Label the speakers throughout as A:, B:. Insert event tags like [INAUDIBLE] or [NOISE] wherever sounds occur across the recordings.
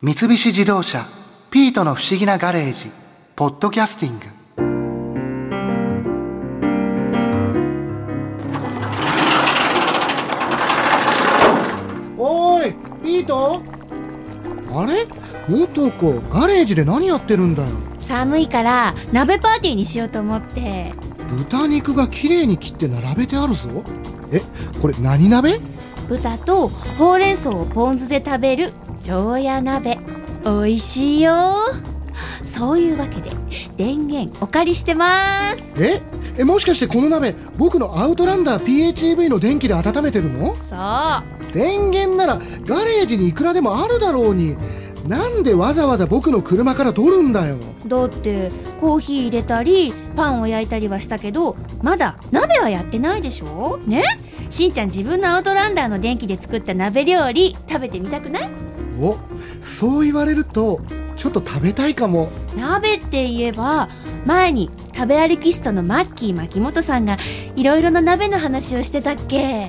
A: 三菱自動車「ピートの不思議なガレージ」「ポッドキャスティング」
B: おーいピートあれ男ガレージで何やってるんだよ
C: 寒いから鍋パーティーにしようと思って
B: 豚肉が綺麗に切って並べてあるぞえこれ何鍋
C: 豚とほうれん草をポン酢で食べる常夜鍋美味しいよそういうわけで電源お借りしてます
B: ええもしかしてこの鍋僕のアウトランダー PHEV の電気で温めてるの
C: そう
B: 電源ならガレージにいくらでもあるだろうになんでわざわざ僕の車から取るんだよ
C: だってコーヒー入れたりパンを焼いたりはしたけどまだ鍋はやってないでしょねしんちゃん自分のアウトランダーの電気で作った鍋料理食べてみたくない
B: おそう言われるとちょっと食べたいかも
C: 鍋って言えば前に食べ歩きストのマッキー牧本さんがいろいろな鍋の話をしてたっけ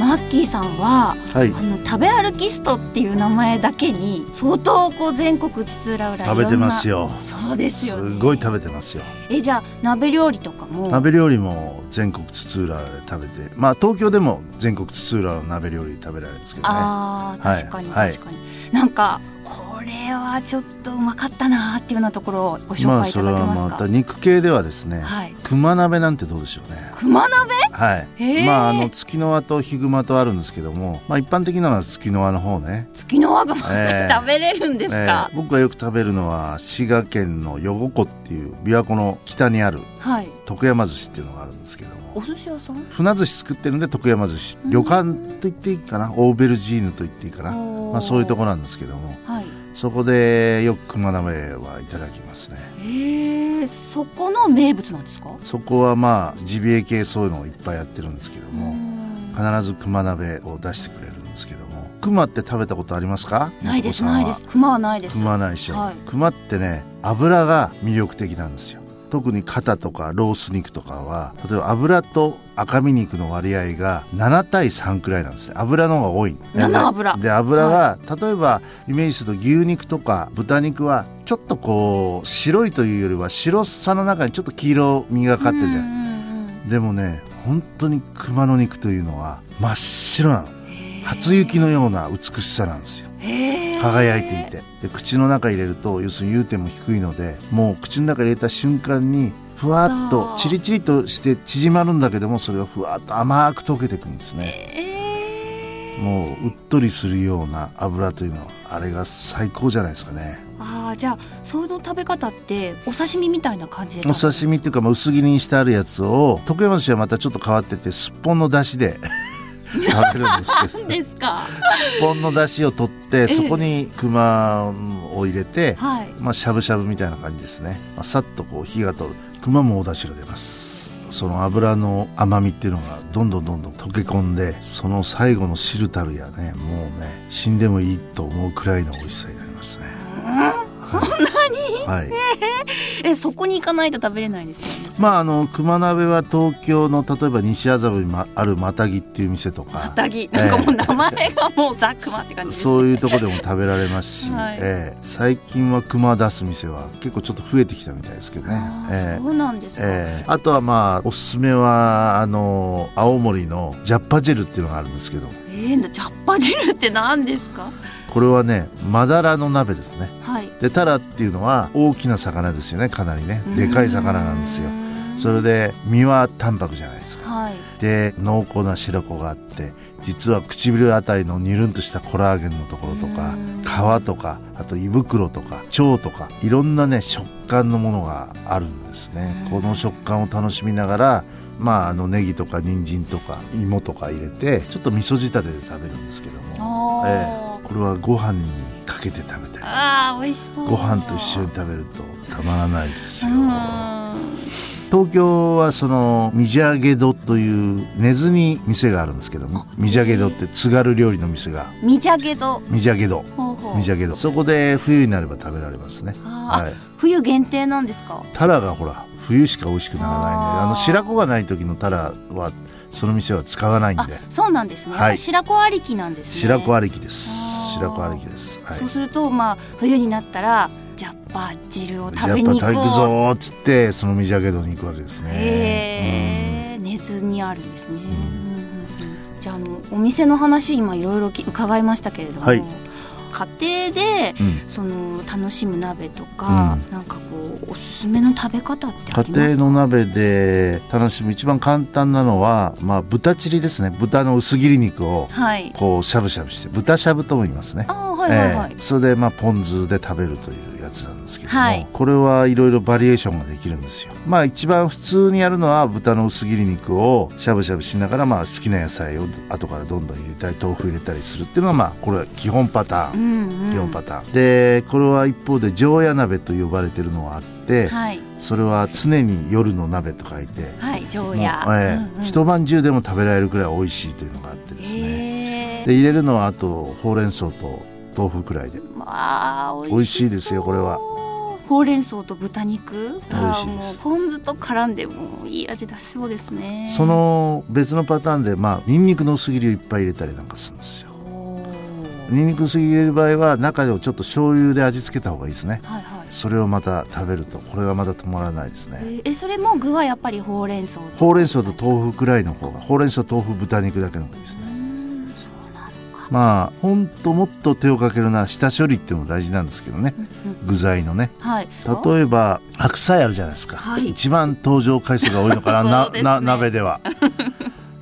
D: マッキーさんは
E: はい
D: あの食べ歩きストっていう名前だけに相当こう全国津々浦々
E: 食べてます
D: よ
E: よ
D: そうですよ、ね、
E: すごい食べてますよ
D: えじゃあ鍋料理とかも
E: 鍋料理も全国津々浦々で食べてまあ東京でも全国津々浦々の鍋料理食べられるんですけどね
D: あー
E: はい
D: 確かに確
E: はい
D: かに、なんかこれはちょっとうまかったなーっていうようなところをご紹
E: まあ
D: 介い
E: そ
D: ただ
E: れ
D: け
E: は
D: ま
E: ます
D: か、
E: た肉系ではですね、
D: はい
E: 熊鍋なんてどうでしょうね
D: 熊鍋
E: はい、
D: へー
E: まああの月の輪とヒグマとあるんですけども、まあ、一般的なのは月の輪の方ね
D: 月のワグマ
E: ええ
D: 食べれるんですか
E: え、ー僕がよく食べるのは滋賀県の余呉湖っていう琵琶湖の北にある
D: はい
E: 徳山寿司っていうのがあるんですけども
D: お寿司屋さん
E: 船寿司作ってるんで徳山寿司旅館と言っていいかなオーベルジーヌと言っていいかな、
D: おー
E: まあ、そういうとこなんですけども
D: はい
E: そこでよく熊鍋はいただきますね
D: ええそこの名物なんですか
E: そこはまあジビエ系そういうのをいっぱいやってるんですけど
D: う
E: も
D: ん
E: 必ず熊鍋を出してくれるんですけども熊って食べたことありますか
D: ないです
E: 猫
D: な
E: さ
D: んい
E: は
D: です熊はないです
E: 熊ないし、
D: はい
E: 熊ってね油が魅力的なんですよ特に肩とかロース肉とかは例えば油と赤身肉の割合が7対3くらいなんですね油の方が多い
D: 7油
E: で油が、例えばイメージすると牛肉とか豚肉はちょっとこう白いというよりは白さの中にちょっと黄色みがかってるじゃん
D: ん
E: でもね本当に熊の肉というのは真っ白なの初雪のような美しさなんですよ輝いていてで口の中入れると要するに融点も低いのでもう口の中入れた瞬間にふわっ
D: そ
E: と
D: う
E: チリチリとして縮まるんだけどもそれがふわっと甘く溶けていくんですねもううっとりするような油というのはあれが最高じゃないですかね
D: ああじゃあその食べ方ってお刺身みたいな感じで
E: お刺身っていうかまあ薄切りにしてあるやつを徳山市はまたちょっと変わっててすっぽんの出汁で [LAUGHS] 食べるんですけど
D: なん [LAUGHS] ですか
E: スッポンの出汁を取ってそこに熊を入れて、
D: はい
E: まあ、しゃぶしゃぶみたいな感じですね、まあ、さっとこう火が通る熊もお出汁が出ますその油の甘みっていうのがどんどんどんどん溶け込んでその最後の汁たるやねもうね死んでもいいと思うくらいの美味しさになりますねそんなにはい
D: えそこに行かないと食べれないんですよね
E: まああの熊鍋は東京の例えば西麻布にまあるマタギっていう店とか
D: タギなんかもう名前がもうザ・クマって感じです、ね、
E: そういうとこでも食べられますし、
D: はい
E: ええ最近は熊出す店は結構ちょっと増えてきたみたいですけどね。
D: あー
E: ええ
D: そうなんですか、
E: ええあとはまあおすすめはあの青森のジャッパジェルっていうのがあるんですけど
D: えーなジャッパ汁って何ですか
E: これはねマダラの鍋ですね
D: はい
E: でタラっていうのは大きな魚ですよねかなりねでかい魚なんですよそれで身は淡白じゃないですか
D: はい
E: で濃厚な白子があって実は唇あたりのにゅるんとしたコラーゲンのところとか皮とかあと胃袋とか腸とかいろんなね食感のものがあるんですねこの食感を楽しみながらまああのネギとか人参とか芋とか入れてちょっと味噌仕立てで食べるんですけども、え
D: あー
E: えこれはご飯にかけて食べたり
D: あー美味しそう
E: ご飯と一緒に食べるとたまらないです
D: う
E: よ。
D: ーん
E: 東京はそのみじゃげどという根津に店があるんですけどもみじゃげどって津軽料理の店が
D: みじゃげど
E: みじゃげど
D: ほうほう
E: みじゃげどそこで冬になれば食べられますね
D: あー
E: はい
D: 冬限定なんですか
E: タラがほら冬しか美味しくならないので
D: あー
E: あの白子がない時のタラはその店は使わないん
D: あ
E: で、
D: そうなんですね。
E: はい
D: 白子ありきなんですね。
E: 白子
D: あ
E: ありきです
D: あー
E: 白子ありきですはい
D: そうするとまあ冬になったらジャッパー汁を
E: じ
D: 食
E: ゃあや
D: べ
E: っぱ
D: に行こう。
E: 体育ぞーっつってその水揚げ堂に行くわけです
D: へ
E: ね、
D: え、根津にあるんですね。うんうんうんじゃああのお店の話今いろいろき伺いましたけれども、
E: はい
D: 家庭で
E: うんうん
D: その楽しむ鍋とか、なんかこうおすすめの食べ方ってありますか？
E: 家庭の鍋で楽しむ一番簡単なのは、まあ、豚チリですね豚の薄切り肉を
D: はい。
E: こうしゃぶしゃぶして豚しゃぶとも言いますね
D: ああはいはいはい。
E: ええそれでまあポン酢で食べるというやつなんですけども、
D: はい
E: これはいろいろバリエーションができるんですよまあ一番普通にやるのは豚の薄切り肉をしゃぶしゃぶしながらまあ好きな野菜を後からどんどん入れたり豆腐入れたりするっていうのはまあこれは基本パター
D: う
E: ン、
D: んうん。
E: 基本パターンでこれは一方で常夜鍋と呼ばれてるのがあって、
D: はい
E: それは常に夜の鍋と書いて、
D: はい常
E: もうえ
D: 夜。
E: え一晩中でも食べられるくらい美味しいというのがあってですね、
D: ね。
E: で入れるのはあとほうれん草と豆腐くらいで
D: まあ
E: 美味しいですよこれは
D: ほうれん草と豚肉が
E: 美味しいで
D: も
E: す
D: うポン酢と絡んでもういい味出しそうですね
E: その別のパターンでまあニンニクの薄切りをいっぱい入れたりなんかするんですよ
D: おー
E: ニンニク薄切り入れる場合は中をちょっと醤油で味付けた方がいいですね
D: はいはい
E: それをまた食べるとこれはまた止まらないです
D: え
E: ね
D: ーえそれも具はやっぱりほうれん草と
E: ほうれん草と豆腐くらいの方がほうれん草豆腐豚肉だけの方がいいです
D: う
E: ね
D: んそうなのか
E: まあほんともっと手をかけるのは下処理っていうのも大事なんですけどね
D: うんうん
E: 具材のね
D: はい
E: 例えば白菜あるじゃないですか、
D: はい
E: 一番登場回数が多いのか
D: [LAUGHS]
E: な、
D: そうですね
E: なな鍋
D: [LAUGHS]
E: では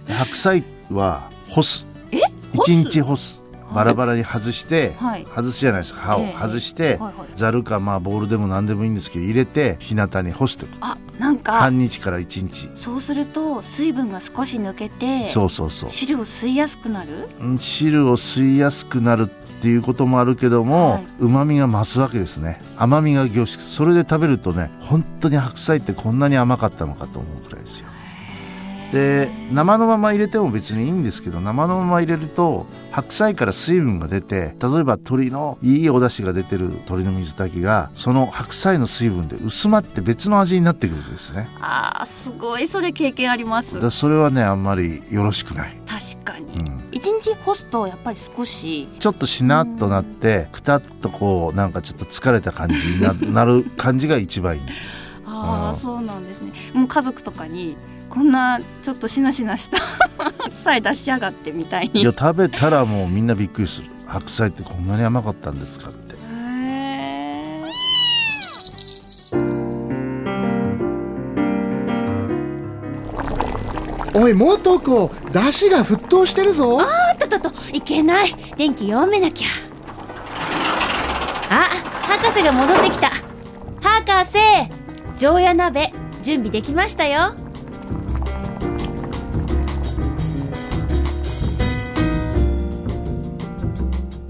E: 白菜は干す
D: え干す
E: 一日干すバラバラに外して、
D: はい
E: 外すじゃないですか歯を
D: ええ
E: 外し
D: は
E: て、
D: いはい
E: ざるかまあボールでも何でもいいんですけど入れて日向に干しておく
D: あなんか
E: 半日から一日
D: そうすると水分が少し抜けて
E: そうそうそう
D: 汁を吸いやすくなる
E: うん汁を吸いやすくなるっていうこともあるけど
D: は
E: も
D: いう
E: ま、みが増すわけですね甘みが凝縮それで食べるとね本当に白菜ってこんなに甘かったのかと思うくらいですよで生のまま入れても別にいいんですけど生のまま入れると白菜から水分が出て例えば鶏のいいお出汁が出てる鶏の水炊きがその白菜の水分で薄まって別の味になってくるんですね
D: あーすごいそれ経験あります
E: だからそれはねあんまりよろしくない、
D: 確か
E: う
D: に
E: ん、
D: 一日干すとやっぱり少し
E: ちょっとしなっとなってくたっとこうなんかちょっと疲れた感じにななる感じが一番いい
D: ああ
E: うん
D: そうなんですねもう家族とかにこんなちょっとしなしなした [LAUGHS] さえ出しやがってみたい
E: い
D: に
E: や食べたらもうみんなびっくりする白菜ってこんなに甘かったんですかって
D: へー
B: おい元子出汁が沸騰してるぞ
C: あったとといけない電気読めなきゃあ博士が戻ってきた博士常夜鍋準備できましたよ